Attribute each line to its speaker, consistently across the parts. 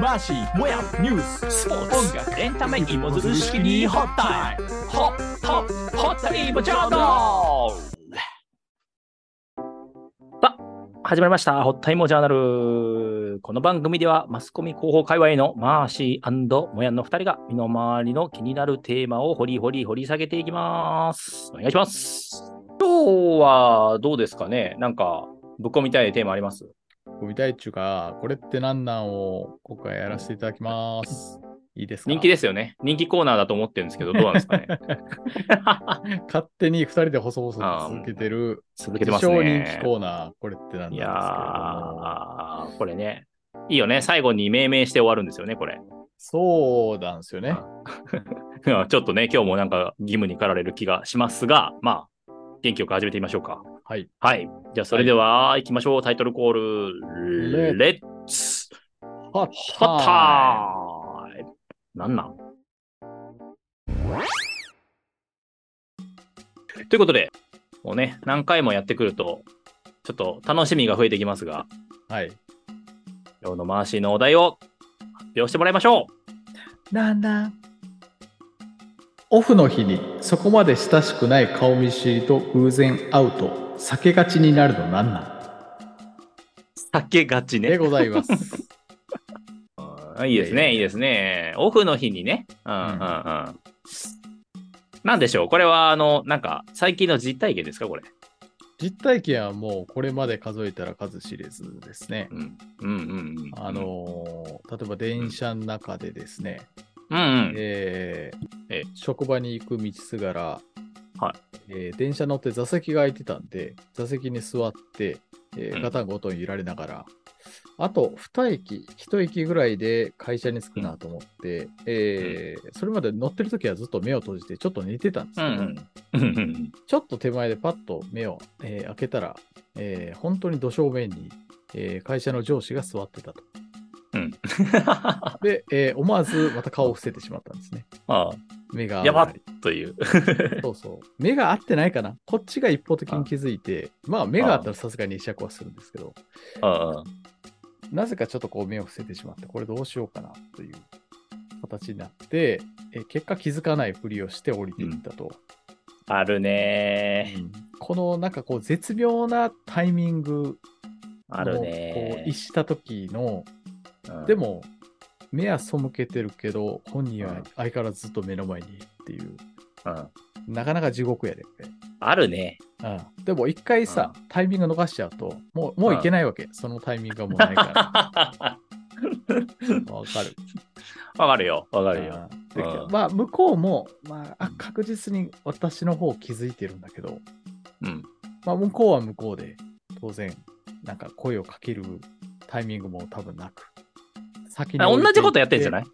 Speaker 1: マシモヤニューススポーツ音楽エンタメ芋づる式にホッタイホッホッホッタイ芋ちゃんの
Speaker 2: 始まりました。ホッタイモジャーナル。この番組では、マスコミ広報界隈のマーシーモヤンの2人が、身の回りの気になるテーマを掘り掘り掘り下げていきます。お願いします。今日はどうですかねなんか、ぶっ込みたいテーマあります
Speaker 3: こびたいっちゅうか、これってなんなんを今回やらせていただきます。いいですか
Speaker 2: 人気ですよね。人気コーナーだと思ってるんですけど、どうなんで すかね
Speaker 3: 勝手に2人で細々続けてる、
Speaker 2: 続けて
Speaker 3: 自
Speaker 2: ます
Speaker 3: 称人
Speaker 2: ね
Speaker 3: 気。コーナー、これってなんなん
Speaker 2: い
Speaker 3: ですけれ
Speaker 2: や
Speaker 3: ども。
Speaker 2: ー、これね。いいよね。最後に命名して終わるんですよね、これ。
Speaker 3: そうなんですよね。
Speaker 2: ちょっとね、今日もなんか義務に駆られる気がしますが、まあ、元気よく始めてみましょうか。
Speaker 3: はい。
Speaker 2: はい。じゃあ、それでは行きましょう。タイトルコール、レッツ
Speaker 3: はっ
Speaker 2: ホッタイムなんなんということで、もうね、何回もやってくると、ちょっと楽しみが増えてきますが、
Speaker 3: はい。
Speaker 2: 今日の回しのお題を発表してもらいましょう
Speaker 3: なんだオフの日にそこまで親しくない顔見知りと偶然会うと避けがちになるのなんなん
Speaker 2: 避けがちね
Speaker 3: でございます。
Speaker 2: あいいです
Speaker 3: いや
Speaker 2: ね、
Speaker 3: いや
Speaker 2: いいですね。オフの日にね。うんうん
Speaker 3: う
Speaker 2: う。
Speaker 3: んん
Speaker 2: なんでしょうこれは、あの、なんか、最近の実体験ですかこれ。
Speaker 3: 実体験はもうこれまで数えたら数知れずですね。
Speaker 2: うん。うんうんうん。
Speaker 3: あ、のー例えば電車の中でですね、
Speaker 2: うんうん。
Speaker 3: えー
Speaker 2: え
Speaker 3: 職場に行く道すがら、
Speaker 2: は
Speaker 3: えー電車乗って座席が空いてたんで、座席に座って、えー
Speaker 2: うん
Speaker 3: ガタンゴトン揺られながら、あと2駅、1駅ぐらいで会社に着くなと思って、えーそれまで乗ってる時はずっと目を閉じてちょっと寝てたんです
Speaker 2: う
Speaker 3: けど、
Speaker 2: んうん。
Speaker 3: ちょっと手前でパッと目を、えー開けたら、えー本当に土正面に、えー会社の上司が座ってたと。
Speaker 2: うん。
Speaker 3: で、えー思わずまた顔を伏せてしまったんですね。
Speaker 2: あ
Speaker 3: 目が合
Speaker 2: あ、
Speaker 3: わ
Speaker 2: やば
Speaker 3: な
Speaker 2: っ
Speaker 3: い
Speaker 2: という。
Speaker 3: そうそう。目が合ってないかな。こっちが一方的に気づいて、まあ目が合ったらさすがに会釈はするんですけど、
Speaker 2: あ
Speaker 3: なぜかちょっとこう目を伏せてしまって、これどうしようかなという形になって、えー結果気づかないふりをして降りていったと。
Speaker 2: ああるね
Speaker 3: このなんかこう絶妙なタイミング
Speaker 2: ー。ある
Speaker 3: をこ
Speaker 2: ね
Speaker 3: う逸した時の、
Speaker 2: ー。うん
Speaker 3: で、も目は背けてるけど、本人は相変わらずずっと目の前にいるっていう、
Speaker 2: うん
Speaker 3: なかなか地獄やで、これ。
Speaker 2: あるね。
Speaker 3: うん、でも一回さ、タイミング逃しちゃうと、もうもういけないわけ、そのタイミングがもうない か
Speaker 2: わ
Speaker 3: ら。わかる。
Speaker 2: かるよ。わかるよ。
Speaker 3: うんで
Speaker 2: うん
Speaker 3: まあ、向こうも、まああ、確実に私の方気づいてるんだけど、
Speaker 2: うん。
Speaker 3: まあ、向こうは向こうで、当然、なんか声をかけるタイミングも多分なく。先
Speaker 2: あ同じことやってんじゃ
Speaker 3: い
Speaker 2: ない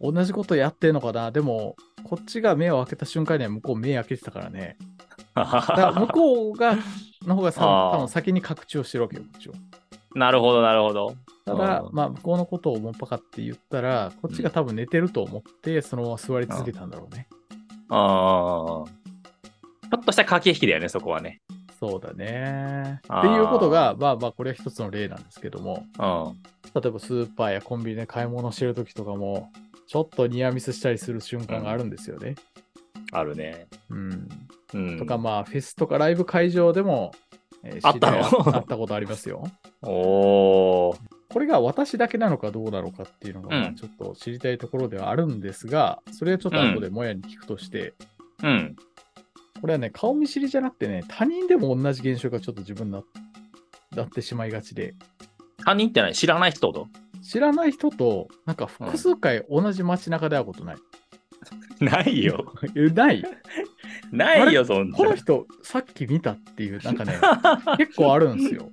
Speaker 3: 同じことやってんのかなでも、こっちが目を開けた瞬間には向こう目開けてたからね。だから向こうが、の方がさ
Speaker 2: あー
Speaker 3: 多分先に拡張してるわけよ、こっちを。
Speaker 2: なるほど、なるほど。
Speaker 3: ただ
Speaker 2: う、ん
Speaker 3: まあ、向こうのことをもっぱかって言ったら、こっちが多分寝てると思って、そのまま座り続けたんだろうね。
Speaker 2: ああ。ちょっとした駆け引きだよね、そこはね。
Speaker 3: そうだね。
Speaker 2: あー
Speaker 3: っていうことが、まあまあ、これは一つの例なんですけども、
Speaker 2: うん。
Speaker 3: 例えばスーパーやコンビニで買い物してるときとかも、ちょっとニアミスしたりする瞬間があるんですよね。
Speaker 2: あるね。
Speaker 3: うん。
Speaker 2: うん。
Speaker 3: とか、まあ、フェスとかライブ会場でも、えー
Speaker 2: あったの
Speaker 3: 知り合いあったことありますよ。
Speaker 2: おー。
Speaker 3: これが私だけなのかどうなのかっていうのが、
Speaker 2: うん
Speaker 3: まあちょっと知りたいところではあるんですが、それはちょっと後でもやに聞くとして、
Speaker 2: うん。
Speaker 3: これはね、顔見知りじゃなくてね、他人でも同じ現象がちょっと自分ななってしまいがちで、
Speaker 2: 他人ってない知らない人と
Speaker 3: 知らない人と、なんか複数回同じ街中で会うことない。
Speaker 2: ないよ。
Speaker 3: え ない。
Speaker 2: ないよ、そんな
Speaker 3: こ。の人、さっき見たっていう、なんか ね、結構あるんですよ。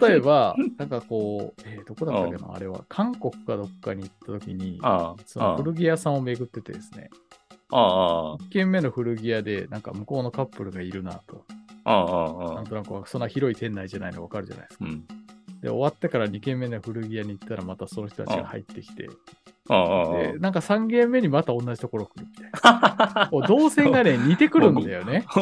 Speaker 3: 例え ば、なんかこう、えーどこだったっけな、あれは、韓国かどっかに行った時に、
Speaker 2: あ
Speaker 3: そ
Speaker 2: あ
Speaker 3: の。古着屋さんを巡っててですね、
Speaker 2: ああ。あ
Speaker 3: 1軒目の古着屋で、なんか向こうのカップルがいるなと、
Speaker 2: あ。あ
Speaker 3: な
Speaker 2: あ
Speaker 3: ん。となくそんな広い店内じゃないの分かるじゃないですか
Speaker 2: うん。
Speaker 3: で、終わってから2軒目の古着屋に行ったら、またその人たちが入ってきて、
Speaker 2: うんうんう
Speaker 3: で
Speaker 2: ん。
Speaker 3: なんか3軒目にまた同じところ来るみたいな。こう動線がね、似てくるんだよね。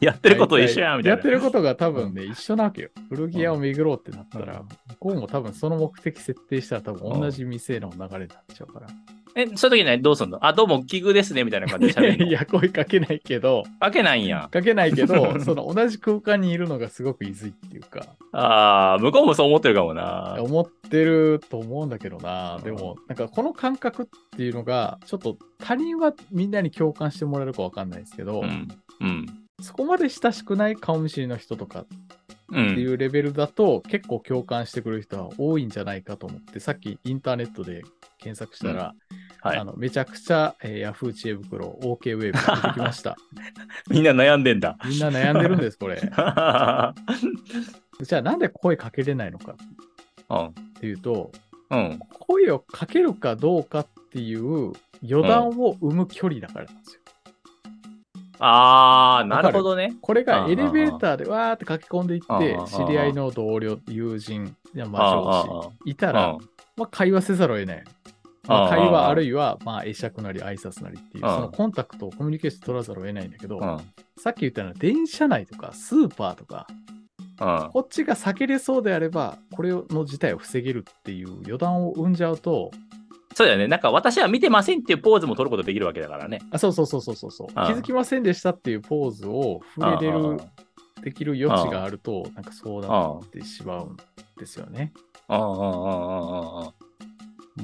Speaker 2: やってること一緒やんみたいな。
Speaker 3: やってることが多分ね、一緒なわけよ。古着屋を巡ろうってなったら、向こうも多分その目的設定したら多分同じ店の流れになっちゃうから。
Speaker 2: え、そういう時ね、どうすんのあ、どうも、奇遇ですね、みたいな感じで喋る
Speaker 3: い
Speaker 2: の。
Speaker 3: やいや、声かけないけど、
Speaker 2: わけないんや。
Speaker 3: かけないけ ど、その同じ空間にいるのがすごくいずいっていうか、
Speaker 2: ああ、向こうもそう思ってるかもな。
Speaker 3: 思ってると思うんだけどな。でも、なんかこの感覚っていうのが、ちょっと他人はみんなに共感してもらえるかわかんないですけど、
Speaker 2: うん。うん。
Speaker 3: そこまで親しくない顔見知りの人とか
Speaker 2: う
Speaker 3: ってい
Speaker 2: ん。
Speaker 3: うレベルだと、結構共感してくれる人は多いんじゃないかと思って、さっきインターネットで検索したら、
Speaker 2: は
Speaker 3: あ
Speaker 2: い。
Speaker 3: のめちゃくちゃ、えー、ヤフー知恵袋、OK ウェーブが出てきま した。
Speaker 2: みんな悩んでんだ。
Speaker 3: みんな悩んでるんです、これ。
Speaker 2: う
Speaker 3: じゃあなんで声かけれないのか
Speaker 2: ん。
Speaker 3: っていうと、
Speaker 2: うん。
Speaker 3: 声をかけるかどうかっていう余談を生む距離だからなんですよ。
Speaker 2: ああ、なるほどね。
Speaker 3: これ
Speaker 2: あ
Speaker 3: が
Speaker 2: ー
Speaker 3: エレベーターでわーって書き込んでい
Speaker 2: あ
Speaker 3: って
Speaker 2: ー、
Speaker 3: 知り合いの同僚、友人、いやま
Speaker 2: あ
Speaker 3: あ上
Speaker 2: あ
Speaker 3: 司、いた
Speaker 2: あ
Speaker 3: ら
Speaker 2: あ、
Speaker 3: まあ、会話せざるを得ない。まあ、会話あるいは、まあ、会釈なり挨拶なりっていう、
Speaker 2: うん
Speaker 3: そのコンタクトをコミュニケーション取らざるを得ないんだけど、
Speaker 2: うん。うん。
Speaker 3: さっき言ったような電車内とかスーパーとか、
Speaker 2: うん
Speaker 3: こっちが避けれそうであれば、これの事態を防げるっていう余談を生んじゃうと、
Speaker 2: そうだよね。なんか、私は見てませんっていうポーズも取ることできるわけだからね。
Speaker 3: あそうそうそうそうそうそう、気
Speaker 2: ああ
Speaker 3: づきませんでしたっていうポーズを触れれる、できる余地があると、なんかそうなってしまうんですよね。
Speaker 2: ああ、ああ、ああ。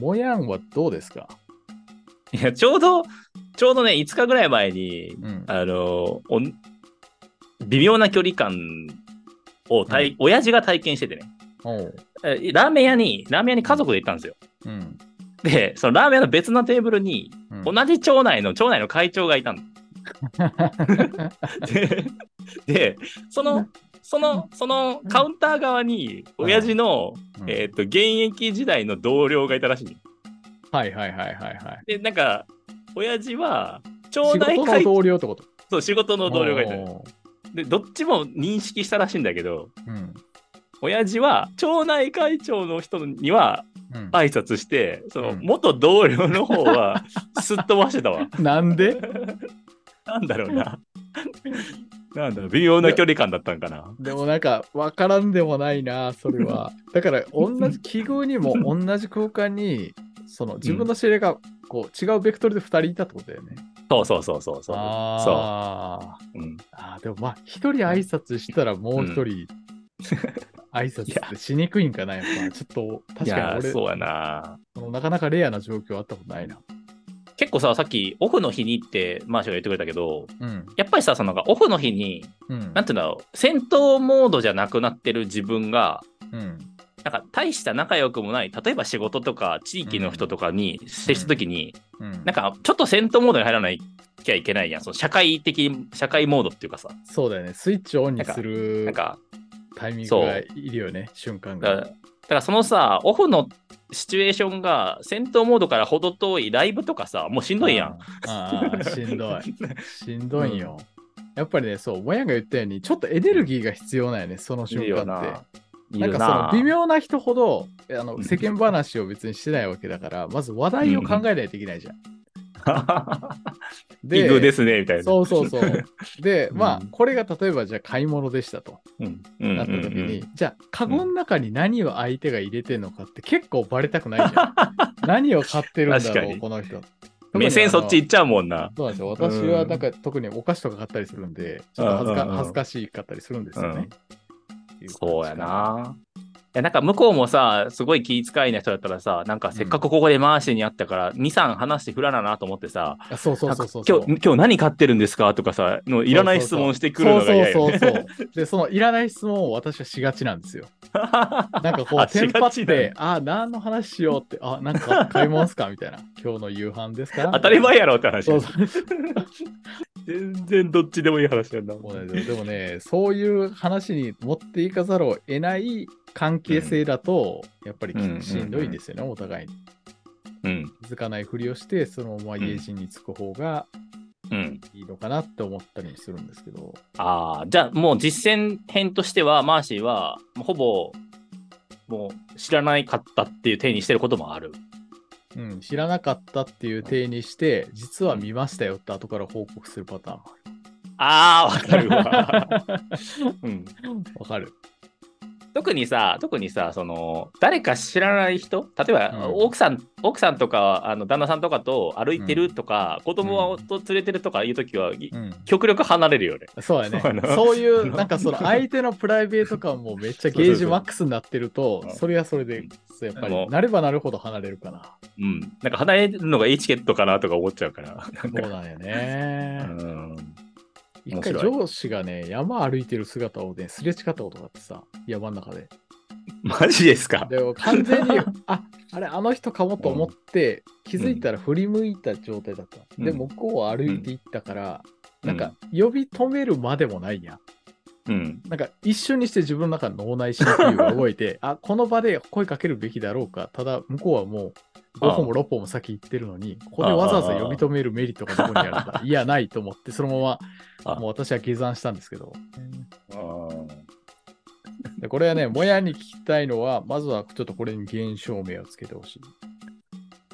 Speaker 3: もやんはどうですか
Speaker 2: いや、ちょうど、ちょうどね、5日ぐらい前に、
Speaker 3: うん。
Speaker 2: あの、おん微妙な距離感を体、親父が体験しててね。
Speaker 3: おう。
Speaker 2: えラーメン屋に、ラーメン屋に家族で行ったんですよ。
Speaker 3: うん。
Speaker 2: で、そのラーメン屋の別のテーブルに、
Speaker 3: うん
Speaker 2: 同じ町内の町内の会長がい たの。で、でその、その、そのカウンター側に、親父の、
Speaker 3: うん
Speaker 2: えっと、現役時代の同僚がいたらしい。
Speaker 3: はいはいはいはいはい。
Speaker 2: で、なんか、親父は、町
Speaker 3: 仕
Speaker 2: 内
Speaker 3: 事の
Speaker 2: 会長、
Speaker 3: 同僚ってこと
Speaker 2: そう仕事の同僚がいたの。
Speaker 3: おう
Speaker 2: で、どっちも認識したらしいんだけど、
Speaker 3: うん。
Speaker 2: 親父は町内会長の人には
Speaker 3: うん
Speaker 2: 挨拶して、その
Speaker 3: うん
Speaker 2: 元同僚の方はすっ飛ばしてたわ。
Speaker 3: なんで
Speaker 2: なんだろうな。なんだろう、微妙な距離感だったんかな。
Speaker 3: でもなんか分からんでもないなそれはだから同じ奇遇にも同じ空間にその自分の知り合いがこう違うベクトルで2人いたってことだよね、
Speaker 2: そうそうそうそうそう。そ
Speaker 3: あー
Speaker 2: う。うん、
Speaker 3: あーでもまあ1人挨拶したらもう1人、挨拶ってしにくいんかなやっぱちょっと
Speaker 2: い
Speaker 3: 確か
Speaker 2: や
Speaker 3: に
Speaker 2: ー、
Speaker 3: 俺
Speaker 2: そうやな。
Speaker 3: そのなかなかレアな状況あったことないな
Speaker 2: 結構さ、さっきオフの日にってマーシュが言ってくれたけど、
Speaker 3: うん
Speaker 2: やっぱりさ、そのなんかオフの日に、
Speaker 3: うん
Speaker 2: なんていうんだろう、戦闘モードじゃなくなってる自分が、
Speaker 3: うん
Speaker 2: なんか大した仲良くもない、例えば仕事とか地域の人とかに接したときに、
Speaker 3: うん
Speaker 2: なんかちょっと戦闘モードに入らないきゃいけないやん。その社会的、社会モードっていうかさ、
Speaker 3: そうだよねスイッチオンにす
Speaker 2: なん
Speaker 3: る
Speaker 2: か、
Speaker 3: タイミング
Speaker 2: そう
Speaker 3: がいるよね瞬間
Speaker 2: だから
Speaker 3: が
Speaker 2: だからそのさ、オフのシチュエーションが戦闘モードから程遠いライブとかさ、もうしんどいやん。
Speaker 3: あーあーしん どいしんどいよ。やっぱりね、そう、もやが言ったように、ちょっとエネルギーが必要なんよね、その瞬
Speaker 2: いいよ
Speaker 3: 間って
Speaker 2: な。。いい
Speaker 3: な
Speaker 2: よ
Speaker 3: んかその微妙な人ほどあの世間話を別にしてないわけだから、まず話題を考えないといけないじゃん。
Speaker 2: 奇遇ですね、みたいな。
Speaker 3: そうそうそう。で、 まあ
Speaker 2: うん、
Speaker 3: これが例えばじゃあ買い物でしたと
Speaker 2: うん。うん。
Speaker 3: なった時
Speaker 2: うんう
Speaker 3: に
Speaker 2: ん、
Speaker 3: じゃあ、カゴの中に何を相手が入れてんのかって結構バレたくないじゃ ん。何を買ってるんだ
Speaker 2: 確か
Speaker 3: ろう、
Speaker 2: に
Speaker 3: この人。
Speaker 2: 目線そっち行っちゃうもんな。
Speaker 3: そうなんですよ。私はなんか特にお菓子とか買ったりするんで、ちょっと恥ず
Speaker 2: うんうん
Speaker 3: か
Speaker 2: うん
Speaker 3: 恥ずかしかったりするんですよね。ってい感じか
Speaker 2: そうや。な。いやなんか向こうもさ、すごい気遣いな人だったらさ、なんかせっかくここでマーシーに会ったから、2、3話して振らななと思ってさ、
Speaker 3: あそうそうそうそう。
Speaker 2: 今日今日何買ってるんですかとかさ、のいらない質問してくるのが嫌や
Speaker 3: そ
Speaker 2: よ
Speaker 3: う
Speaker 2: ね。
Speaker 3: そうそうそう。で、そのいらない質問を私はしがちなんですよ。 なんかこ
Speaker 2: あ
Speaker 3: う、テンパっ
Speaker 2: しがちなん
Speaker 3: て、あ、何の話しようって、あ、なんか買い物っすかみたいな。今日の夕飯ですか
Speaker 2: 当たり前やろって話
Speaker 3: そ。うそう
Speaker 2: 全然どっちでもいい話やんな。
Speaker 3: そうなんですよでもね、そういう話に持っていかざるを得ない関係性だと、やっぱりきしんどいんですよね、お互いに。
Speaker 2: うん。
Speaker 3: 気づかないふりをして、そのまま家路につく方が
Speaker 2: うん。
Speaker 3: いいのかなって思ったりもするんですけど。
Speaker 2: ああ、じゃあもう実践編としては、マーシーは、もうほぼ、もう知らないかったっていう体にしてることもある。
Speaker 3: うん、知らなかったっていう体にして、実は見ましたよって後から報告するパターンもあ
Speaker 2: ああ、わかるわ。 う
Speaker 3: る。
Speaker 2: ん、
Speaker 3: わかる。
Speaker 2: 特にさ、特にさ、その、誰か知らない人、例えば、
Speaker 3: うん
Speaker 2: 奥さん、奥さんとか、あの旦那さんとかと歩いてるとか、子供をと連れてるとかいうときは、い
Speaker 3: うん。
Speaker 2: 極力離れるよね。
Speaker 3: そうやね
Speaker 2: そうや。な
Speaker 3: そうい
Speaker 2: あ
Speaker 3: う、
Speaker 2: の
Speaker 3: なんかその相手のプライベート感もめっちゃゲージマックスになってると
Speaker 2: そうそうそうう、ん
Speaker 3: それはそれで、やっぱ
Speaker 2: あの
Speaker 3: り、なればなるほど離れるかな。
Speaker 2: うん。なんか離れるのがいいチケットかなとか思っちゃうから。なん
Speaker 3: そう
Speaker 2: か
Speaker 3: なんよ
Speaker 2: う
Speaker 3: ね。
Speaker 2: ん。
Speaker 3: 一回
Speaker 2: 面白い
Speaker 3: 上司がね、山歩いてる姿をね、すれ違ったことがあってさ、山の中で。
Speaker 2: マジですか。
Speaker 3: で も完全に、ああれ、あの人かもと思って、気づいたら振り向いた状態だった。
Speaker 2: うん
Speaker 3: で、向こうは歩いていったから、
Speaker 2: うん
Speaker 3: なんか、呼び止めるまでもないやん。
Speaker 2: うん。
Speaker 3: なんか一瞬にして自分の中の脳内神経が動いて、 あ、この場で声かけるべきだろうか、ただ向こうはもう5歩も6歩も先行ってるのに、ここでわざわざ呼び止めるメリットがどこにある か、いや、ないと思って、そのま
Speaker 2: あ
Speaker 3: ま、もう私は下山したんですけど、
Speaker 2: あー
Speaker 3: でこれはね、もやに聞きたいのは、まずはちょっとこれに現象名をつけてほしい。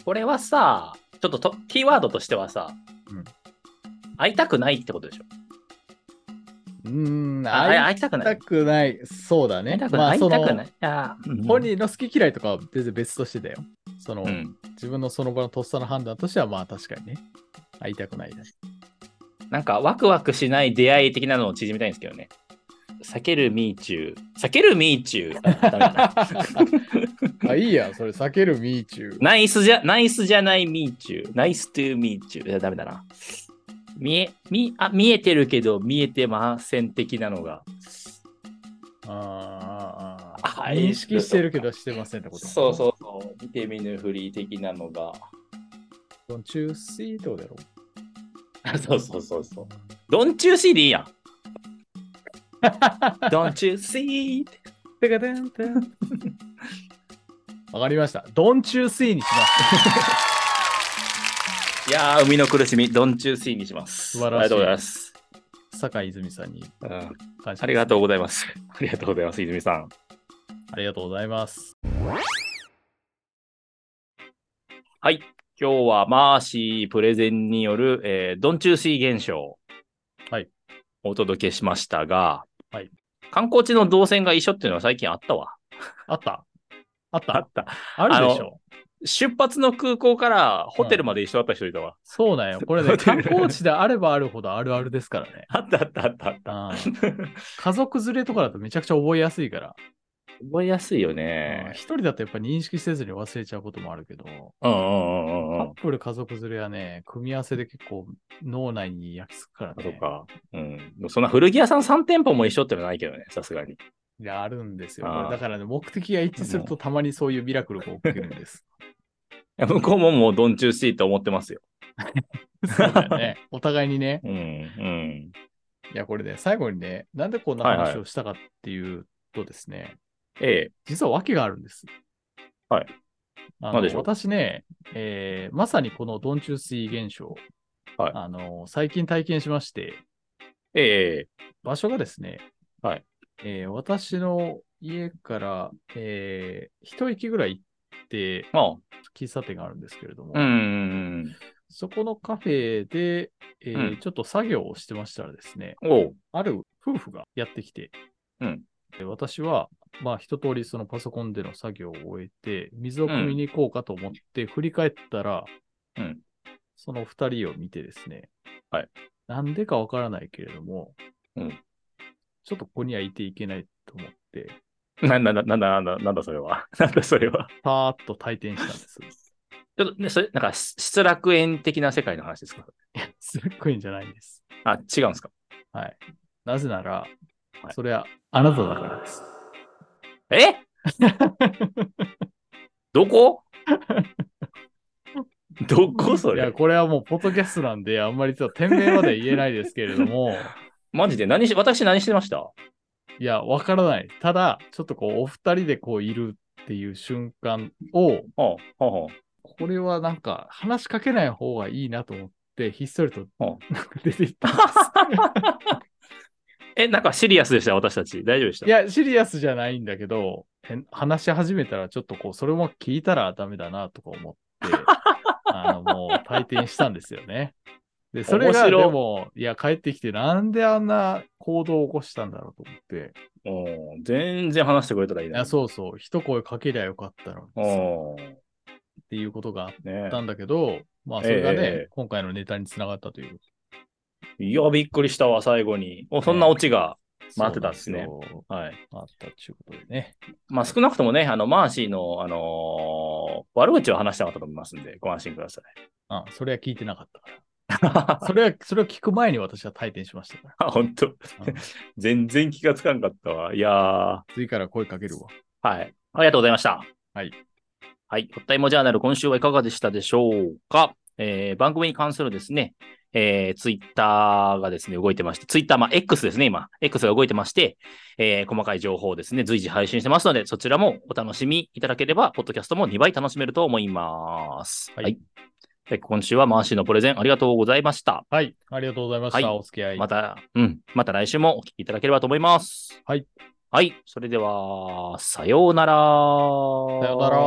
Speaker 2: これはさ、ちょっととキーワードとしてはさ、
Speaker 3: うん
Speaker 2: 会いたくないってことでしょ。
Speaker 3: うーん、
Speaker 2: あ会
Speaker 3: 会
Speaker 2: い
Speaker 3: い
Speaker 2: 会いたくな
Speaker 3: た
Speaker 2: い。
Speaker 3: くない、そうだ
Speaker 2: 会
Speaker 3: ね
Speaker 2: いた。く
Speaker 3: ま
Speaker 2: な
Speaker 3: あ、
Speaker 2: い。会い
Speaker 3: そ
Speaker 2: た
Speaker 3: の
Speaker 2: くない。あーうん
Speaker 3: 本人の好き嫌いとかは全然別としてだよ。その、
Speaker 2: うん。
Speaker 3: 自分のその場のとっさの判断としては、まあ確かにね、会いたくないだし。
Speaker 2: なんかワクワクしない出会い的なのを縮めたいんですけどね。避けるミーチュー。避けるミーチュー。あダメ だ
Speaker 3: あ、いいやん、それ、避けるミーチュー。
Speaker 2: なナイスじゃ、ナイスじゃないミーチュー。ナイストゥーミーチュー。いや、ダメだな。見え、見、あ、見えてるけど、見えてません的なのが。
Speaker 3: あーあーあー
Speaker 2: あ
Speaker 3: 認識してるけどしてませんってこと。
Speaker 2: そうそうそう。見て見ぬふり的なのが。
Speaker 3: う。ドンチュースイートだろ。
Speaker 2: あそうそうそうそう。ドンチューシーでいいやん。ドンチューシーって。
Speaker 3: てかてんてん。わかりました。ドンチュースイーにします。
Speaker 2: いやー、海の苦しみ、ドンチューシーにします。
Speaker 3: 素晴らしい
Speaker 2: ありがとうございます。
Speaker 3: 坂井泉さんに
Speaker 2: うん
Speaker 3: 感謝。
Speaker 2: ありがとうございます。ありがとうございます、泉さん。
Speaker 3: う。ありがとうございます。
Speaker 2: はい。今日はマーシープレゼンによる、えー、ドンチューシー現象。
Speaker 3: はい。
Speaker 2: お届けしましたが、
Speaker 3: はい。
Speaker 2: 観光地の動線が一緒っていうのは最近あったわ。
Speaker 3: あったあった
Speaker 2: あった。
Speaker 3: あるでし
Speaker 2: あ
Speaker 3: ょ
Speaker 2: 出発の空港からホテルまで一緒だった人いたわ。
Speaker 3: そう なんよ。これね、観光地であればあるほどあるあるですからね。
Speaker 2: あったあったあったあった。
Speaker 3: あー家族連れとかだとめちゃくちゃ覚えやすいから。
Speaker 2: 覚えやすいよ
Speaker 3: うん
Speaker 2: ね。
Speaker 3: 一人だとやっぱ認識せずに忘れちゃうこともあるけど、
Speaker 2: うんうんうんうんう
Speaker 3: カ
Speaker 2: ん
Speaker 3: ッ。プル家族連れはね、組み合わせで結構脳内に焼き付くから
Speaker 2: あそっ
Speaker 3: ね。
Speaker 2: か。うん。でもそんな古着屋さん3店舗も一緒ってのはないけどね、さすがに。
Speaker 3: いや、あるんですよ。
Speaker 2: あー
Speaker 3: これだからね、目的が一致するとたまにそういうミラクルが起きるんです。
Speaker 2: いや向こうももうドンチューシーと思ってますよ。
Speaker 3: そうだよね。お互いにね。
Speaker 2: うんうん。
Speaker 3: いや、これね、最後にね、なんでこんな
Speaker 2: はい
Speaker 3: 話
Speaker 2: は
Speaker 3: をしたかっていうとですね、
Speaker 2: ええ。
Speaker 3: 実は訳があるんです。
Speaker 2: はい。
Speaker 3: あ
Speaker 2: なん
Speaker 3: の
Speaker 2: でしょう
Speaker 3: 私ね、えーまさにこのドンチュー水現象、
Speaker 2: はい
Speaker 3: あの最近体験しまして、
Speaker 2: ええ。
Speaker 3: 場所がですね、
Speaker 2: はい
Speaker 3: えー私の家から、えー一駅ぐらい行って、
Speaker 2: まあ。
Speaker 3: 喫茶店があるんですけれども、
Speaker 2: うんうん
Speaker 3: そこのカフェで、えー
Speaker 2: うん
Speaker 3: ちょっと作業をしてましたらですね、
Speaker 2: うん。おう。
Speaker 3: ある夫婦がやってきて、
Speaker 2: うん
Speaker 3: で私は、まあ、一通りそのパソコンでの作業を終えて、水を汲みに行こうかと思って、振り返ったら、
Speaker 2: うん
Speaker 3: その二人を見てですね、
Speaker 2: はい
Speaker 3: なんでかわからないけれども、
Speaker 2: うん
Speaker 3: ちょっとここにはいていけないと思って、
Speaker 2: なんだ、なんだ、なんだ、なんだそれは。 なんだそれは。
Speaker 3: パーッと退店したん です。
Speaker 2: ちょっとね、それ、なんか、し失楽園的な世界の話ですか
Speaker 3: すっごいんじゃないんです。
Speaker 2: あ、違うんですか
Speaker 3: はい。なぜなら、
Speaker 2: はい
Speaker 3: それはあなただからです。
Speaker 2: えど こどこそ
Speaker 3: いや、
Speaker 2: れ
Speaker 3: これはもう、ポッドキャストなんで、あんまりちょっと店名までは言えないですけれども、
Speaker 2: マジで何し、私何してました
Speaker 3: いや、わからない。ただ、ちょっとこう、お二人でこう、いるっていう瞬間を、
Speaker 2: ほうほうほう。
Speaker 3: これはなんか、話しかけない方がいいなと思って、ひっそりと
Speaker 2: うん、
Speaker 3: なんか出ていったんです。
Speaker 2: え、なんかシリアスでした、私たち。大丈夫で した
Speaker 3: いや、シリアスじゃないんだけど、え話し始めたら、ちょっとこう、それも聞いたらダメだなとか思っ あの、もう退店したんですよね。で、それ
Speaker 2: 面
Speaker 3: がで
Speaker 2: 白い
Speaker 3: も、いや、帰ってきて、なんであんな行動を起こしたんだろうと思って。
Speaker 2: うん全然話してくれたらいい
Speaker 3: い
Speaker 2: な。
Speaker 3: や、そうそう、一声かけりゃよかったの
Speaker 2: う
Speaker 3: にっ
Speaker 2: ん。
Speaker 3: ていうことがあっ
Speaker 2: ね
Speaker 3: たんだけど、まあ、それがね、
Speaker 2: ええ
Speaker 3: 今回のネタにつながったという。
Speaker 2: いや、びっくりしたわ、最後に。おそんなオチが。待ってたんですね
Speaker 3: そうなんですよ。
Speaker 2: はい。
Speaker 3: あったっていうことでね。
Speaker 2: まあ、少なくともね、あの、マーシーの、あのー悪口を話したかったと思いますんで、ご安心ください。
Speaker 3: あ、それは聞いてなかった から。それは、それを聞く前に私は退店しましたから。
Speaker 2: あ、本当
Speaker 3: うん
Speaker 2: 全然気がつかんかったわ。いやー。
Speaker 3: 次から声かけるわ。
Speaker 2: はい。ありがとうございました。
Speaker 3: はい。
Speaker 2: はい。ホッタイモジャーナル、今週はいかがでしたでしょうか、えー番組に関するですね、えー、ツイッターがですね、動いてまして、ツイッター、まあ、X ですね、今。X が動いてまして、えー細かい情報をですね、随時配信してますので、そちらもお楽しみいただければ、ポッドキャストも2倍楽しめると思います。
Speaker 3: はい
Speaker 2: で今週はマーシーのプレゼンありがとうございました。
Speaker 3: はい、ありがとうございました。
Speaker 2: はい
Speaker 3: お付き合い。
Speaker 2: また、うん、また来週もお聞きいただければと思います。
Speaker 3: はい。
Speaker 2: はい、それでは、さようなら。さ
Speaker 3: ようなら。